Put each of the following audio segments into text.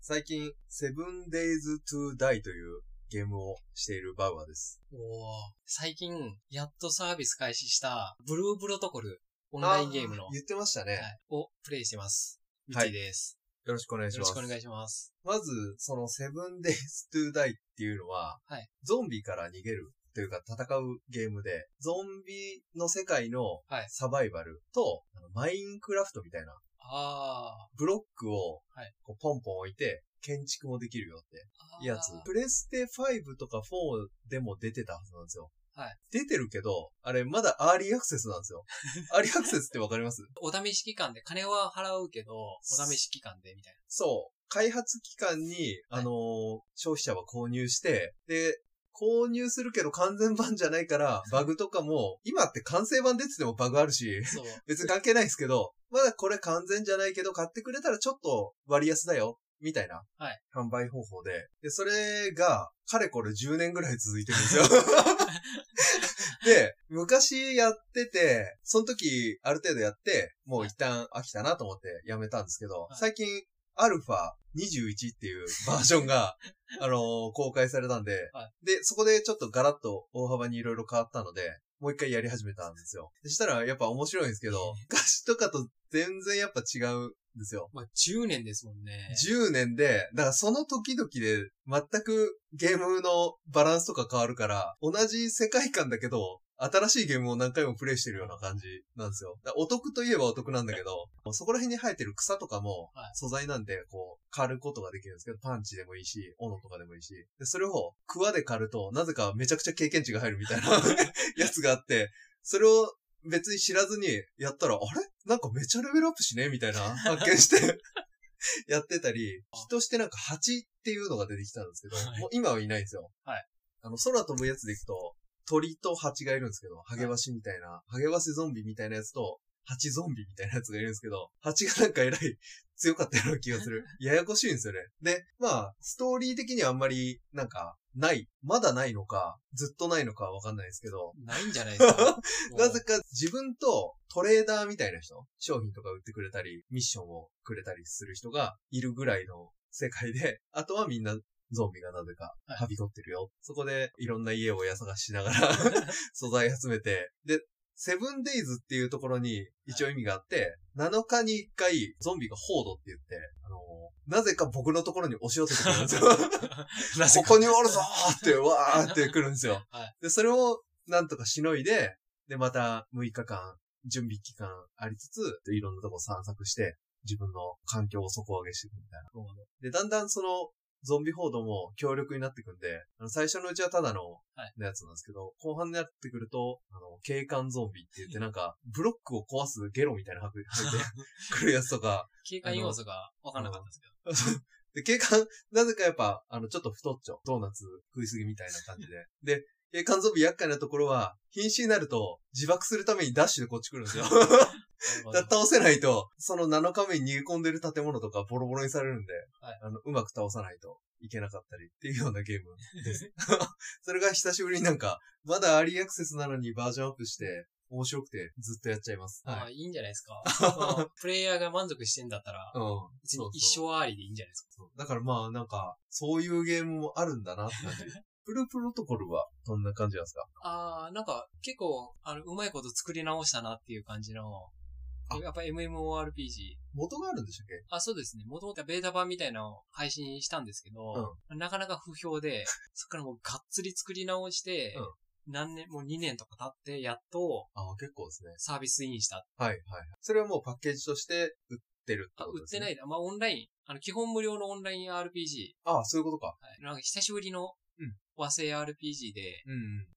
最近、セブンデイズ・トゥ・ダイというゲームをしているバウアーです。おー最近、やっとサービス開始した、ブループロトコル、オンラインゲームの、あ言ってましたね。はいをプレイしてます。ミはいティです。よろしくお願いしまよろす。しくお願いします。まず、そのセブンデイズ・トゥ・ダイっていうのは、はいゾンビから逃げるというか戦うゲームで、ゾンビの世界のはいサバイバルと、あのマインクラフトみたいな、あブロックをはいこうポンポン置いて、建築もできるよってー。やつあ。プレステ5とか4でも出てたはずなんですよ。はい出てるけど、あれまだアーリーアクセスなんです よ。アーリーアクセスってわかりますーお試し期間で、金は払うけど、お試し期間で、みたい そう。開発期間に、あのー消費者は購入して、で、購入するけど完全版じゃない から、バグとかも、今って完成版出ててもバグあるしな。、そう。別に関係ないですけど、まだこれ完全じゃないけど、買ってくれたらちょっと割安だよ、みたいな。はい販売方法で。で、それが、かれこれ10年ぐらい続いてるんです よ。で、昔やってて、その時、ある程度やって、もう一旦飽きたなと思ってやめたんですけど、い最近、アルファ21っていうバージョン が、あのー公開されたんで、はで、そこでちょっとガラッと大幅にいろいろ変わったので、もう一回やり始めたんですよ。そしたらやっぱ面白いんですけど、昔とかと全然やっぱ違うんですよ。まあ、10年ですもんね。 10年で、だからその時々で全くゲームのバランスとか変わるから、同じ世界観だけど、新しいゲームを何回もプレイしてるような感じなんですよ。だからお得といえばお得なんだけど、もうそこら辺に生えてる草とかもはい素材なんで、こう、刈ることができるんですけど、パンチでもいいし、斧とかでもいいし、でそれをクワで刈ると、なぜかめちゃくちゃ経験値が入るみたいな やつがあって、それを別に知らずにやったら、あれなんかめちゃレベルアップしねみ たいな発見して、 やってたり、あ人としてなんか蜂っていうのが出てきたんですけど、はいもう今はいないんですよ。はいあの、空飛ぶやつでいくと、鳥と蜂がいるんですけど、ハゲワシみたいな、ハゲワシゾンビみたいなやつと、蜂ゾンビみたいなやつがいるんですけど、蜂がなんかえらい強かったような気がす る。ややこしいんですよね。で、まあ、ストーリー的にはあんまり、なんか、ない。まだないのか、ずっとないのかはわかんないですけど、ないんじゃ ないですか。もうなぜか自分とトレーダーみたいな人、商品とか売ってくれたり、ミッションをくれたりする人がいるぐらいの世界で、 あとはみんなゾンビがなぜかはいはびこってるよ。そこでいろんな家を親探ししなが ら素材集めて、で、セブンデイズっていうところに一応意味があって、7日に1回ゾンビがホードって言って、あのなぜか僕のところに押し寄せてくるんです よ。なぜこかこにおるぞーって、わーって来るんですよ。 はいで、それをなんとかしのいで、で、また6日間、準備期間ありつつ、いろんなとこ散策して、自分の環境を底上げしていくみたいな。で、だんだんその、ゾンビ報道も強力になってくんで、あの最初のうちはただの、はいのやつなんですけど、後半になってくると、あの、警官ゾンビって言ってなんか、ブロックを壊すゲロみたいなの吐く吐いてくるやつとか、警戒要素がわからなかったですけど。 で、警官、なぜかやっぱ、あの、ちょっと太っちょ。ドーナツ食いすぎみたいな感じで。で、警官ゾンビ厄介なところは、瀕死になると、自爆するためにダッシュでこっち来るん ですよ。なだるほど倒せないと、その7日目に逃げ込んでる建物とかボロボロにされるんで、はいあの、うまく倒さないといけなかったりっていうようなゲームです。 それが久しぶりになんか、まだアーリーアクセスなのにバージョンアップして、面白くてずっとやっちゃいます。まはあ、い。いいんじゃないです か。まあプレイヤーが満足してんだったらう、ん。別そにうそう一生ありでいいんじゃないですか。そうだからまあなんか、そういうゲームもあるんだなって感じ。 プルプロトコルはどんな感じなんですかああ、なんか、結構、あの、うまいこと作り直したなっていう感じのあ、やっぱ MMORPG。元があるんでしたっけあ、そうですね。もともとベータ版みたいなのを配信したんですけど、なかなか不評 で、そっからもうがっつり作り直して、うん何年、もう2年とか経って、やっとああ、結構ですね。サービスインした。はいはいはい。それはもうパッケージとして売ってるってあ、こ売とでっすてなね。いな。まあ、オンライン。あの、基本無料のオンライン RPG。ああ、そういうことか。はい、なんか久しぶりのうん和製 RPG で、うんうん。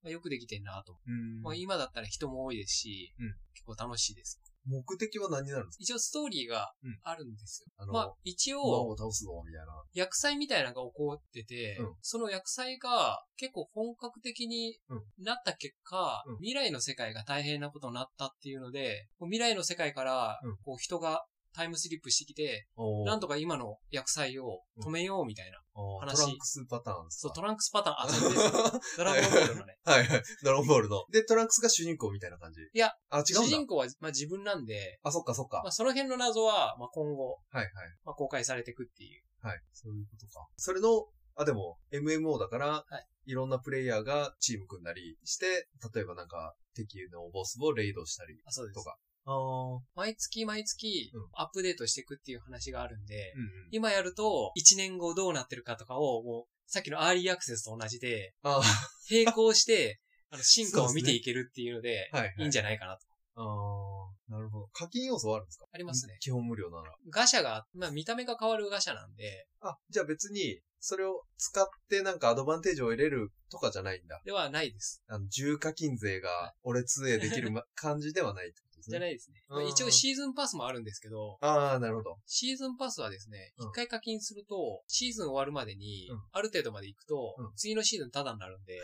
まあ、よくできてんなと。うんまあ、今だったら人も多いですし、うん結構楽しいです。目的は何になるんですか一応ストーリーがうんあるんですよ。あの、まあ、一魔王応、を倒すぞ、みたいな。薬剤みたいなのが起こってて、うんその薬剤が結構本格的にうんなった結果、うん未来の世界が大変なことになったっていうので、こう未来の世界からうんこう人がタイムスリップしてきて、おーなんとか今の薬剤を止めようみたいな。おー話トランクスパターンですそう、かトランクスパターン、あ、そうです。ドラゴンボールのね。 はいはい。ドラゴンボールの。で、トランクスが主人公みたいな感じ。いや。あ、違主うんだ人。公は、まあ、自分なんで、あ、そっかそっか。まあ、その辺の謎は、まあ、今後、はいはい。まあ、公開されていくっていうはい。そういうことか。それの、あ、でも、MMO だから、い、ろんなプレイヤーがチーム組んだりして、例えばなんか、敵のボスをレイドしたり。あ、そうですと。か。ああ。うん毎月毎月うんアップデートしていくっていう話があるんで、うん。今やると1年後どうなってるかとかを、もう、さっきのアーリーアクセスと同じで、あ並行 して、あの、進化そをうで見すねていけるっていうので、あ。はい、はい。いいんじゃないかなと。ああ。なるほど。課金要素はあるんですかありますね。基本無料なら。ガシャが、まあ見た目が変わるガシャなんで、あ、じゃあ別に、それを使ってなんかアドバンテージを得れるとかじゃないんだ。ではないです。あの、重課金税が俺通営できるま感じではないってことです じゃね。ないですね。まあうん一応シーズンパスもあるんですけど、ああ、なるほど。 シーズンパスはですね、うん一回課金すると、シーズン終わるまでにうん、ある程度まで行くとうん、次のシーズンタダになるんで、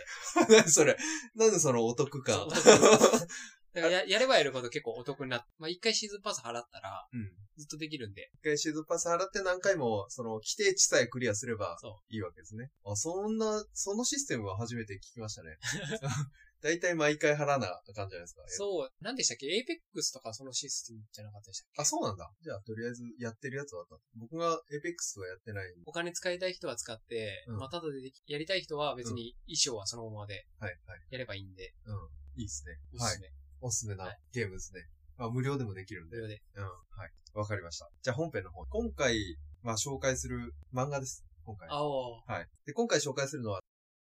何それ。なんでそのお得感。そうう だからややればやるほど結構お得になって、まあ一回シーズンパス払ったら、ん。ずっとできるんで、一回シーズンパス払って何回も、その、規定値さえクリアすればそいいわけですね。あ、そんな、そのシステムは初めて聞きましたね。 だいたい毎回払わなあかんじゃないですか。そう、なんでしたっけエイペックスとかそのシステムじゃなかったでしたっけあ、そうなんだ。じゃあ、とりあえずやってるやつはあった。僕がエペックスはやってないんで。お金使いたい人は使って、うんまあただでできやりたい人は別に衣装はそのままではい、はい。やればいいんで、いいですね。おはいすす。め。おすすめなはいゲームですね。まあ、無料でもできるんで。無料で。うん。はい。わかりました。じゃあ本編の方。今回、まあ紹介する漫画です。今回。あおーはい。で、今回紹介するのは、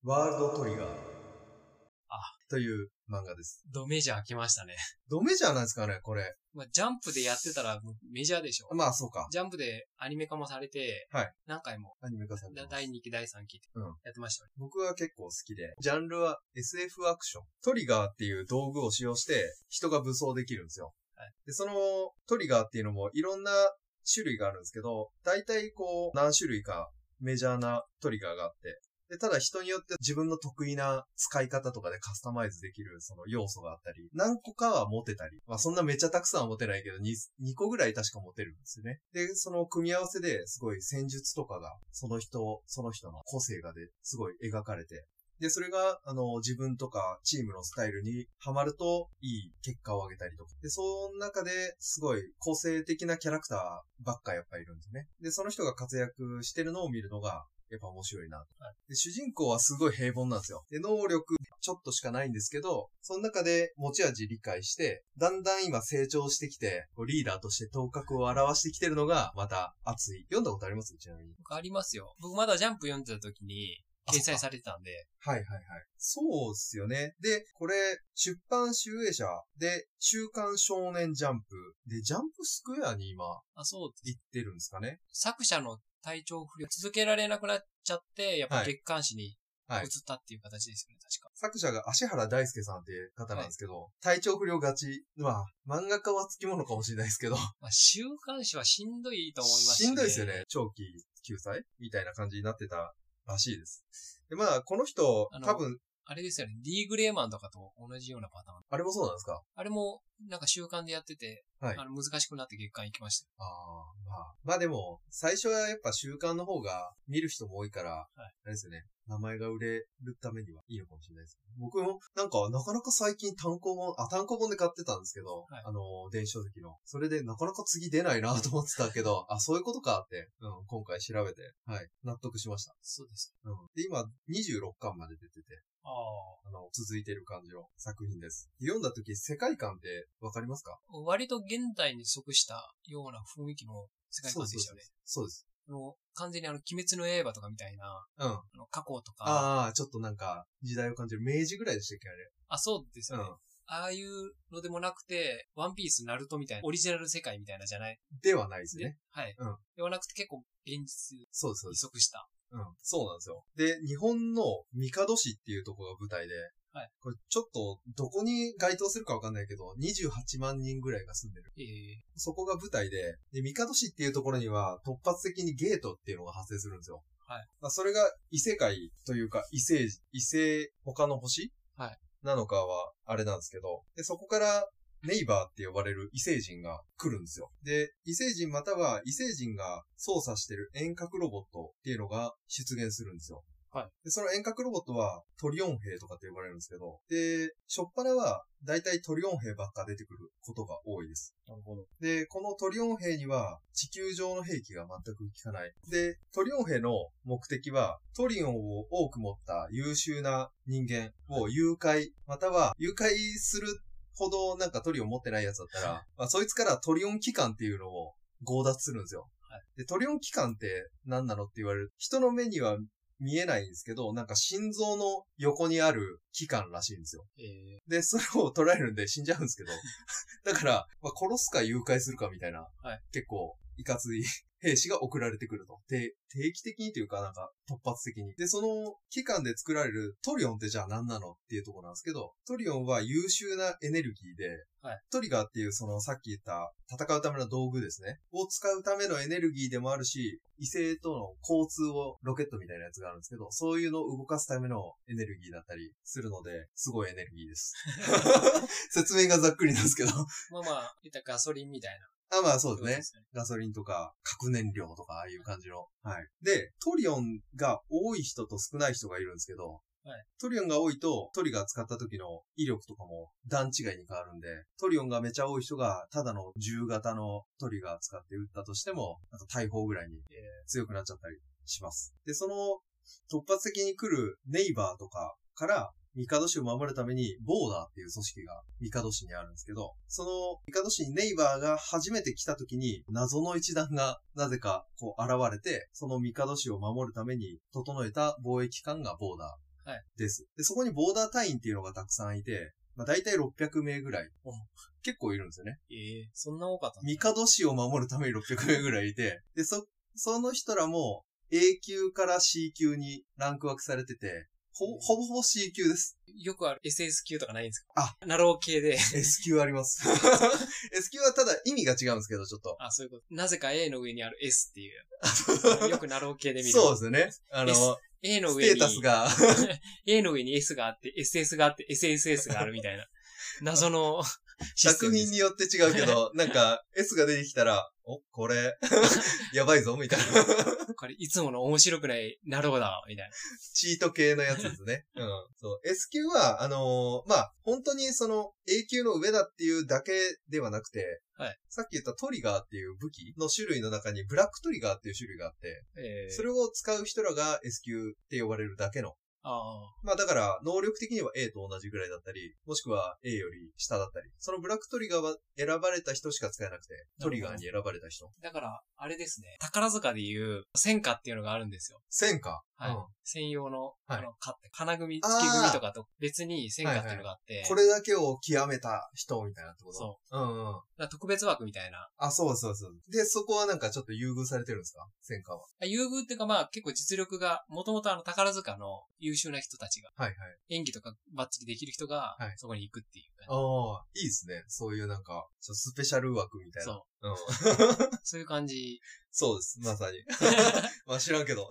ワールドトリガー。あという漫画です。ドメジャー来ましたね。 ドメジャーなんですかね、これ。まあジャンプでやってたらもうメジャーでしょ。まあ、そうか。ジャンプでアニメ化もされて、はい何回も、アニメ化されてだます第2期、第3期ってうんやってましたね。僕は結構好きで、ジャンルは SF アクション。トリガーっていう道具を使用して、人が武装できるんですよ。はいで、そのトリガーっていうのもいろんな種類があるんですけど、大体こう、何種類かメジャーなトリガーがあって、で、ただ人によって自分の得意な使い方とかでカスタマイズできるその要素があったり、何個かは持てたり、まあそんなめっちゃたくさんは持てないけど、2, 2個ぐらい確か持てるんですよね。で、その組み合わせですごい戦術とかが、その人、その人の個性がで、すごい描かれて、で、それが、あの、自分とかチームのスタイルにハマると、いい結果を上げたりとか。で、その中で、すごい個性的なキャラクターばっかやっぱいるんですね。で、その人が活躍してるのを見るのが、やっぱ面白いなと。で、主人公はすごい平凡なんですよ。で、能力、ちょっとしかないんですけど、その中で持ち味理解して、だんだん今成長してきて、こうリーダーとして頭角を表してきてるのが、また熱い。読んだことありますちなみに。僕ありますよ。僕まだジャンプ読んでた時に掲載されてたんで、はいはいはい。そうっすよね。で、これ、出版集英社で、週刊少年ジャンプで、ジャンプスクエアに今、あ、そうで行す。ってるんですかね。作者の体調不良、続けられなくなっちゃって、やっぱはい月刊誌に移はいったっていう形ですよね、確か。作者が芦原大輔さんっていう方なんですけど、体調不良がち。まあ、漫画家はつきものかもしれないですけど、まあ、週刊誌はしんどいと思いますしんどいですよ。ね。長期救済みたいな感じになってたらしいです。で、まあ、この人あ、の多分、あれですよね、D グレーマンとかと同じようなパターン。あれもそうなんですかあれも、なんか週刊でやってて、はいあの難しくなって月刊行きました。ああ、まあ。まあでも、最初はやっぱ習慣の方が見る人も多いから、あれですよね。名前が売れるためにはいいのかもしれないですね。僕も、なんか、なかなか最近単行本、あ、単行本で買ってたんですけど、はいあの、電子書籍の。それで、なかなか次出ないなと思ってたけど、あ、そういうことかって、うん、今回調べて、はい、納得しました。そうです。うん。で、今、26巻まで出てて、ああ。あの、続いてる感じの作品です。読んだ時、世界観ってわかりますか割と現代に即したような雰囲気の世界観でしたよね。そうです。あの完全にあの、鬼滅の刃とかみたいな、うん。あの過去とか、あああ、ちょっとなんか、時代を感じる。明治ぐらいでしたっけ、あれ。そうですよね。うんああいうのでもなくて、ワンピース、ナルトみたいな、オリジナル世界みたいなじゃない。ではないですでね。はい。うんではなくて結構現実にそうです、そうです。即した。うん。そうなんですよ。で、日本の三門市っていうところが舞台で、はいこれちょっと、どこに該当するかわかんないけど、28万人ぐらいが住んでる。ええそこが舞台で、で、三門市っていうところには突発的にゲートっていうのが発生するんですよ。はいまあそれが異世界というか、異星、異星、他の星はいなのかは、あれなんですけど、で、そこから、ネイバーって呼ばれる異星人が来るんですよ。で、異星人または異星人が操作してる遠隔ロボットっていうのが出現するんですよ。はいで、その遠隔ロボットはトリオン兵とかって呼ばれるんですけど、で、初っ端は大体トリオン兵ばっか出てくることが多いです。なるほど。で、このトリオン兵には地球上の兵器が全く効かない。で、トリオン兵の目的はトリオンを多く持った優秀な人間を誘拐、または誘拐するほどなんかトリオン持ってないやつだった ら、まあ、そいつからトリオン機関っていうのを強奪するんですよ。はいで、トリオン機関って何なのって言われる。人の目には見えないんですけど、なんか心臓の横にある機関らしいんですよ。えで、それを捉えるんで死んじゃうんです けど。だから、まあ、殺すか誘拐するかみたいな、はい結構、いかつい兵士が送られてくると。で、定期的にというか、なんか、突発的に。で、その期間で作られるトリオンってじゃあ何なのっていうところなんですけど、トリオンは優秀なエネルギーで、はいトリガーっていうそのさっき言った戦うための道具ですね。を使うためのエネルギーでもあるし、異性との交通をロケットみたいなやつがあるんですけど、そういうのを動かすためのエネルギーだったりするので、すごいエネルギーです。 説明がざっくりなんですけど。ー、まあまあ、言ったらガソリンみたいな。あ、まあそうですねで。すね。ガソリンとか、核燃料とか、ああいう感じの。はい。で、トリオンが多い人と少ない人がいるんですけど、はいトリオンが多いと、トリガー使った時の威力とかも段違いに変わるんで、トリオンがめちゃ多い人が、ただの銃型のトリガー使って撃ったとしても、なんか大砲ぐらいにえ強くなっちゃったりします。で、その突発的に来るネイバーとかから、帝市を守るために、ボーダーっていう組織が帝市にあるんですけど、その帝市にネイバーが初めて来た時に、謎の一団がなぜかこう現れて、その帝市を守るために整えた防衛機関がボーダはーです。で、そこにボーダー隊員っていうのがたくさんいて、まあ、大体600名ぐらいお。結構いるんですよね。ー、えー、そんな多かったんだ帝市を守るために600名ぐらいいて、で、そ、その人らも A 級から C 級にランク分けされてて、ほ、ほぼほぼ C 級です。よくある SS 級とかないんですかあ、ナロー系で。 S 級あります。S 級はただ意味が違うんですけど、ちょっと。あ、そういうこと。なぜか A の上にある S っ ていう。よくナロー系で見る。そうですよね。あの、 S ス A の上テーに。タスが、 A の上に S があって、SS があって、SSS があるみ たいな。謎のシステ作ムで品す。によって違うけど、なんか、S が出てきたら、お、こ れ、やばいぞ、みたいな。これいつもの面白くないナローだ、みたいな。チート系のやつですね。うん。そう。S 級は、あのーまあ、本当にその A 級の上だっていうだけではなくて、はいさっき言ったトリガーっていう武器の種類の中にブラックトリガーっていう種類があって、えー、それを使う人らが S 級って呼ばれるだけの。ああ、まあだから、能力的には A と同じぐらいだったり、もしくは A より下だったり、そのブラックトリガーは選ばれた人しか使えなくて、トリガーに選ばれた人。だから、あれですね。宝塚でいう、戦火っていうのがあるんですよ。戦火。はい。うん専用の、はいあの、かって、金組、月組とかと別に戦火っていうのがあって、これだけを極めた人みたいなってこと。そううんうん。だから特別枠みたいな。あ、そうそうそう。で、そこはなんかちょっと優遇されてるんですか戦火は。あ優遇っていうかまあ結構実力が、もともとあの宝塚の優秀な人たちが、はいはい。演技とかバッチリできる人がはい、そこに行くっていう感ああ、いいですね。そういうなんか、ちょっとスペシャル枠みじ。たいな。そう。うん。 そういう感じ。 そうです。まさに。 まあ知らんけど。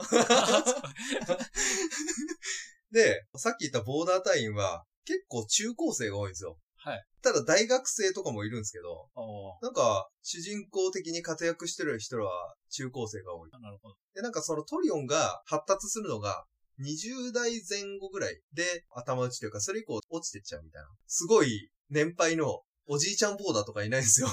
で、さっき言ったボーダー隊員は、結構中高生が多いんですよ。はい。ただ大学生とかもいるんですけど、おーなんか、主人公的に活躍してる人らは中高生が多い。あなるほど。で、なんかそのトリオンが発達するのが、20代前後ぐらいで頭打ちというか、それ以降落ちてっちゃうみたいな。すごい年配のおじいちゃんボーダーとかいないんですよ。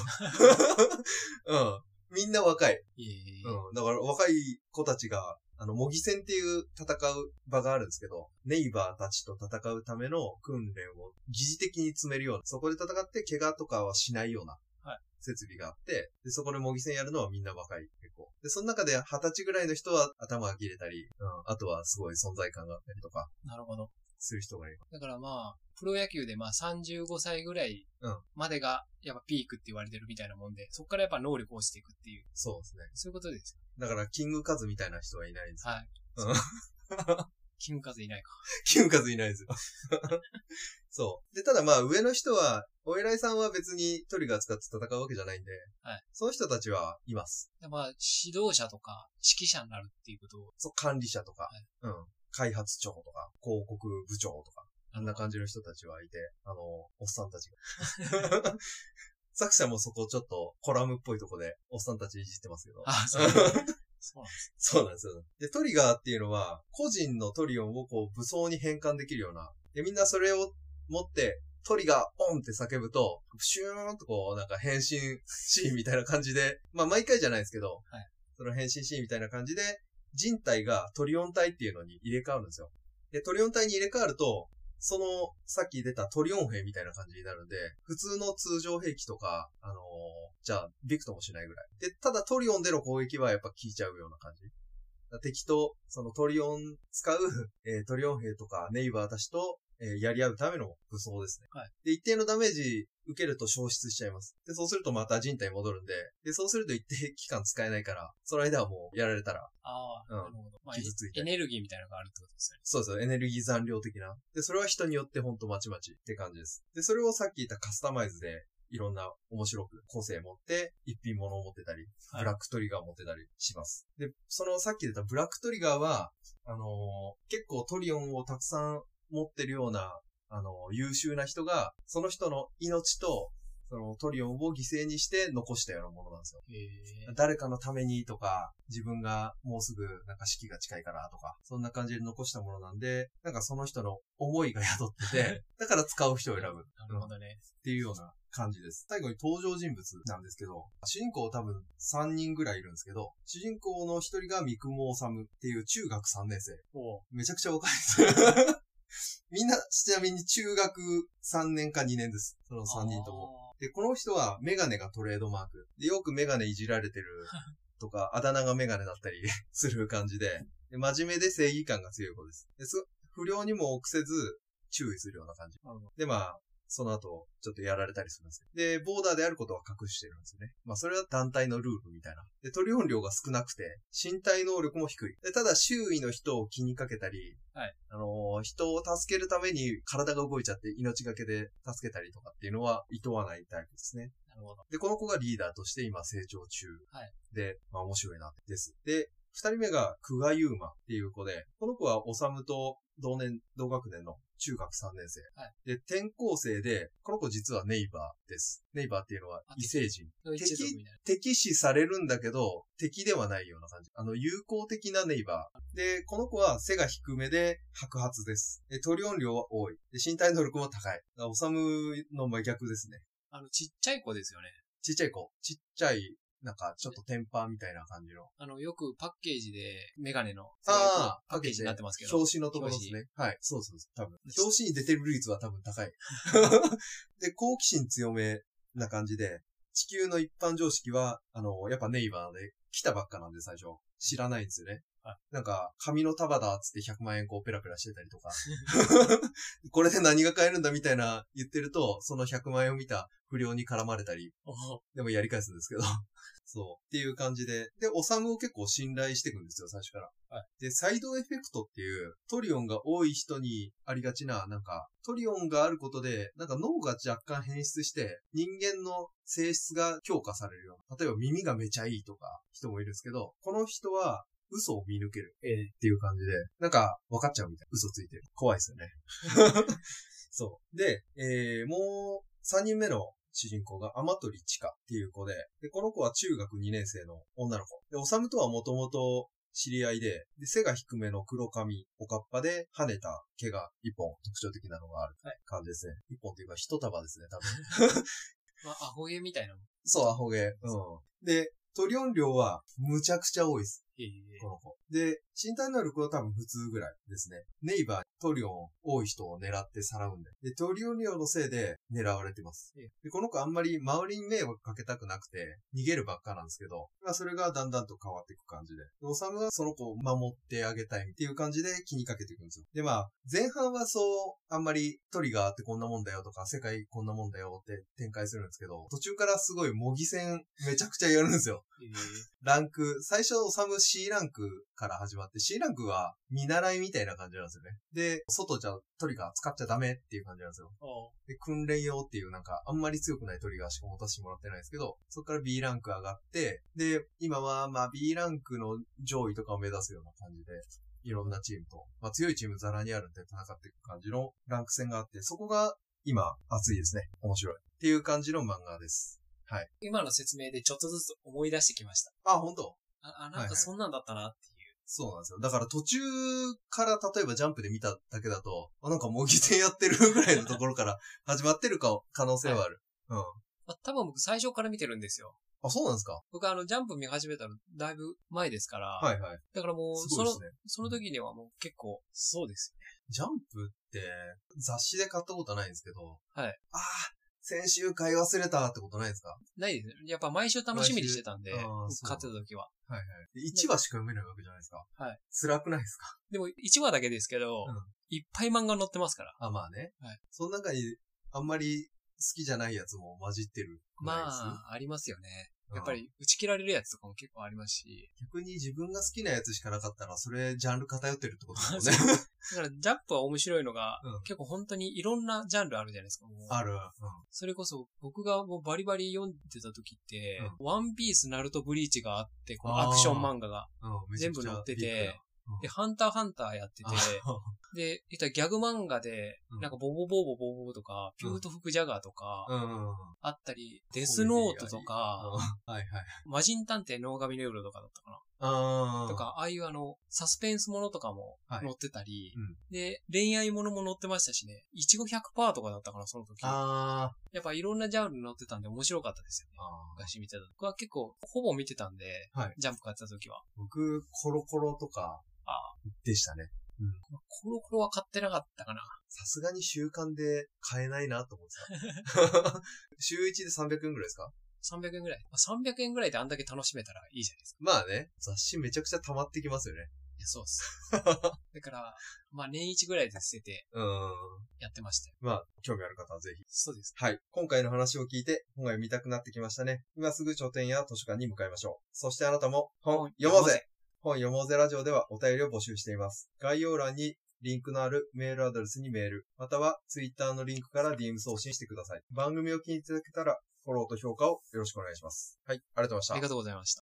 うん。みんな若い。いえいえいえうん。だから若い子たちが、あの、模擬戦っていう戦う場があるんですけど、ネイバーたちと戦うための訓練を疑似的に詰めるような、そこで戦って怪我とかはしないようなはい、設備があって、で、そこで模擬戦やるのはみんな若い、結構。で、その中で二十歳ぐらいの人は頭が切れたり、うん、あとはすごい存在感があったりとか、なるほど。する人がいる。だからまあ、プロ野球でまあ35歳ぐらいうんまでが、やっぱピークって言われてるみたいなもんで、そこからやっぱ能力落ちていくっていう、そうですね。そういうことですだから、キングカズみたいな人はいないんですよ。はい。うんキムカズいないか。キムカズいないですよ。 そう。で、ただまあ上の人は、お偉いさんは別にトリガー使って戦うわけじゃないんで、はいその人たちはいます。でまあ、指導者とか指揮者になるっていうことを、そう、管理者とか、はいうん。開発長とか、広告部長とか、あんな感じの人たちはいて、あの、おっさんたち が。作者もそこちょっとコラムっぽいとこで、おっさんたちいじってますけど。あ、そう。そうなんです。 そうなんですよ。で、トリガーっていうのは、個人のトリオンをこう、武装に変換できるような。で、みんなそれを持って、トリガーオンって叫ぶと、プシューンとこう、なんか変身シーンみたいな感じで、まあ毎回じゃないですけど、はいその変身シーンみたいな感じで、人体がトリオン体っていうのに入れ替わるんですよ。で、トリオン体に入れ替わると、その、さっき出たトリオン兵みたいな感じになるんで、普通の通常兵器とか、あのーじゃあ、ビクともしないぐらい。で、ただトリオンでの攻撃はやっぱ効いちゃうような感じ。だ敵と、そのトリオン使う、 えートリオン兵とかネイバーたちと、えーやり合うための武装ですね。はいで、一定のダメージ受けると消失しちゃいます。で、そうするとまた人体に戻るんで、で、そうすると一定期間使えないから、その間はもうやられたらああ、うんなるほど。まあ、傷ついたエネルギーみたいなのがあるってことですよね。そうですよ、エネルギー残量的な。で、それは人によってほんとまちまちって感じです。で、それをさっき言ったカスタマイズで、いろんな面白く個性持って、一品物を持ってたり、はいブラックトリガーを持ってたりします。で、そのさっき出たブラックトリガーは、あのー結構トリオンをたくさん持ってるような、あのー優秀な人が、その人の命と、そのトリオンを犠牲にして残したようなものなんですよ。へえ。誰かのためにとか、自分がもうすぐなんか式が近いからとか、そんな感じで残したものなんで、なんかその人の思いが宿って て、だから使う人を選ぶっなるほどね。ていうような感じです。最後に登場人物なんですけど、主人公多分3人ぐらいいるんですけど、主人公の1人が三雲治っていう中学3年生。おうめちゃくちゃ若い です。みんな、ちなみに中学3年か2年です。その3人とも。で、この人はメガネがトレードマーク。で、よくメガネいじら れてるとか、あだ名がメガネだったり する感じでで、真面目で正義感が強い子です。です不良にも臆せず注意するような感じ。あー。なるほどで、まあ、その後、ちょっとやられたりするんですけどで、ボーダーであることは隠してるんですよね。まあ、それは団体のルールみたいな。で、トリオン量が少なくて、身体能力も低い。で、ただ周囲の人を気にかけたり、はいあのー人を助けるために体が動いちゃって命がけで助けたりとかっていうのは、厭わないタイプですね。なるほど。で、この子がリーダーとして今成長中。はいで、まあ面白いな、です。で、二人目が、久我ユーマっていう子で、この子はおさむと同年、同学年の中学3年生。はいで、転校生で、この子実はネイバーです。ネイバーっていうのはあ異星人。一族みたい敵視されるんだけど、敵ではないような感じ。あの、友好的なネイバー。で、この子は背が低めで白髪です。で、塗料量は多い。で、身体能力も高い。だからおさむの真逆ですね。な。あの、ちっちゃい子ですよね。ちっちゃい子。ちっちゃい、なんか、ちょっとテンパーみたいな感じの。あの、よくパッケージで、メガネの、あーパッケージになってますけど。表紙のところですね。はい。そうそうそう。多分。表紙に出てる率は多分高い。で、好奇心強めな感じで、地球の一般常識は、あの、やっぱネイバーで来たばっかなんで最初。知らないんですよね。はいなんか、紙の束だっつって100万円こうペラペラしてたりとか。これで何が買えるんだみたいな言ってると、その100万円を見た不良に絡まれたり、おうでもやり返すんですけど。そう。っていう感じで。で、オサムを結構信頼していくんですよ、最初から。はで、サイドエフェクトっていう、トリオンが多い人にありがちな、なんか、トリオンがあることで、なんか脳が若干変質して、人間の性質が強化されるような。例えば耳がめちゃいいとか、人もいるんですけど、この人は、嘘を見抜けるっていう感じで、なんか分かっちゃうみたいな。嘘ついてる。怖いですよね。そう。で、えー、もう、3人目の主人公がアマトリチカっていう子で、で、この子は中学2年生の女の子。で、オサムとはもともと知り合いで、で、背が低めの黒髪、おかっぱで、跳ねた毛が一本特徴的なのがあるはい感じですね。一本というか一束ですね、多分。まあ、アホ毛みたいなの。そう、アホ毛。うん。で、トリオン量はむちゃくちゃ多いです。へえ。この子。で、身体能力は多分普通ぐらいですね。ネイバー、トリオン、多い人を狙ってさらうんで。で、トリオン量のせいで狙われてますええ。で、この子あんまり周りに迷惑かけたくなくて、逃げるばっかなんですけど、まあそれがだんだんと変わっていく感じで。で、オサムはその子を守ってあげたいっていう感じで気にかけていくんですよ。で、まあ、前半はそう、あんまりトリガーってこんなもんだよとか、世界こんなもんだよって展開するんですけど、途中からすごい模擬戦めちゃくちゃやるんですよ。へえ。ランク、最初、オサム C ランクから始まって、C ランクは見習いみたいな感じなんですよね。で、外じゃトリガー使っちゃダメっていう感じなんですよ。おうで、訓練用っていうなんか、あんまり強くないトリガーしか持たせてもらってないんですけど、そこから B ランク上がって、で、今はまあ B ランクの上位とかを目指すような感じで、いろんなチームと、まあ強いチームザラにあるんで戦っていく感じのランク戦があって、そこが今熱いですね。面白い。っていう感じの漫画です。今の説明でちょっとずつ思い出してきました。あ、本当ああ、あなんかそんなんだったなっていう。そうなんですよ。だから途中から例えばジャンプで見ただけだと、あなんか模擬店やってるぐらいのところから始まってるか、可能性はある。うん。まあ、多分僕最初から見てるんですよ。あ、そうなんですか僕あの、ジャンプ見始めたのだいぶ前ですから、はいはい。だからもう、すそごいでのす、ね。その時にはもう結構、そうですジャンプって雑誌で買ったことないんですけど、はい。ああ、先週買い忘れたってことないですかよ。ないですね。やっぱ毎週楽しみにしてたんで、毎週あー僕そう買ってた時は。はいはい。1話しか読めないわけじゃないですか。はい。辛くないですかでも、1話だけですけど、うんいっぱい漫画載ってますから。あ、まあね。はい。その中に、あんまり好きじゃないやつも混じってるくらいまです。あ、ありますよね。うんやっぱ。り、打ち切られるやつとかも結構ありますし。逆に自分が好きなやつしかなかったら、それ、ジャンル偏ってるってことだもんね。 だから、ジャンプは面白いのが、うん結構本当にいろんなジャンルあるじゃないですか。もうある。うん。それこそ、僕がもうバリバリ読んでた時って、うワンピース、ナルト、ブリーチがあって、このあーアクション漫画が。うん。めちゃくちゃ全部載っててビッグなうんで、ハンターハンターやってて、あで、言ったらギャグ漫画でうん、なんかボボボボボボボとか、ピュートフクジャガーとか、 うんうんうん。あったり、デスノートとあか、はいはい。魔人探偵ノーガミネウロとかだったかあな。ーと。か、ああいうあの、サスペンスものとかもはい載ってたりうん、で、恋愛ものも載ってましたしね、いちご100%とかだったかな、その時。やあっぱいろんなジャンル載ってたんで面白かったですよねー。あー。昔見てた。僕は結構、ほぼ見てたんではい、ジャンプ買ってた時は。僕、コロコロとかあ、でしたね。まあコロコロは買ってなかったかな。さすがに週間で買えないなと思って た。週1で300円ぐらいですか300円ぐらい。まあ300円ぐらいであんだけ楽しめたらいいじゃないですか。まあね、雑誌めちゃくちゃ溜まってきますよね。いや、そうっす。 だから、まあ年一ぐらいで捨ててうん。やってましたよ。まあ、興味ある方はぜひ。そうです。はい。今回の話を聞いて、本が読みたくなってきましたね。今すぐ書店や図書館に向かいましょう。そしてあなたも、本読もうぜ本読もうぜラジオではお便りを募集しています。概要欄にリンクのあるメールアドレスにメール、またはツイッターのリンクから DM 送信してください。番組を気に入っていただけたら、フォローと評価をよろしくお願いします。はい、ありがとうございましたあり。がとうございました。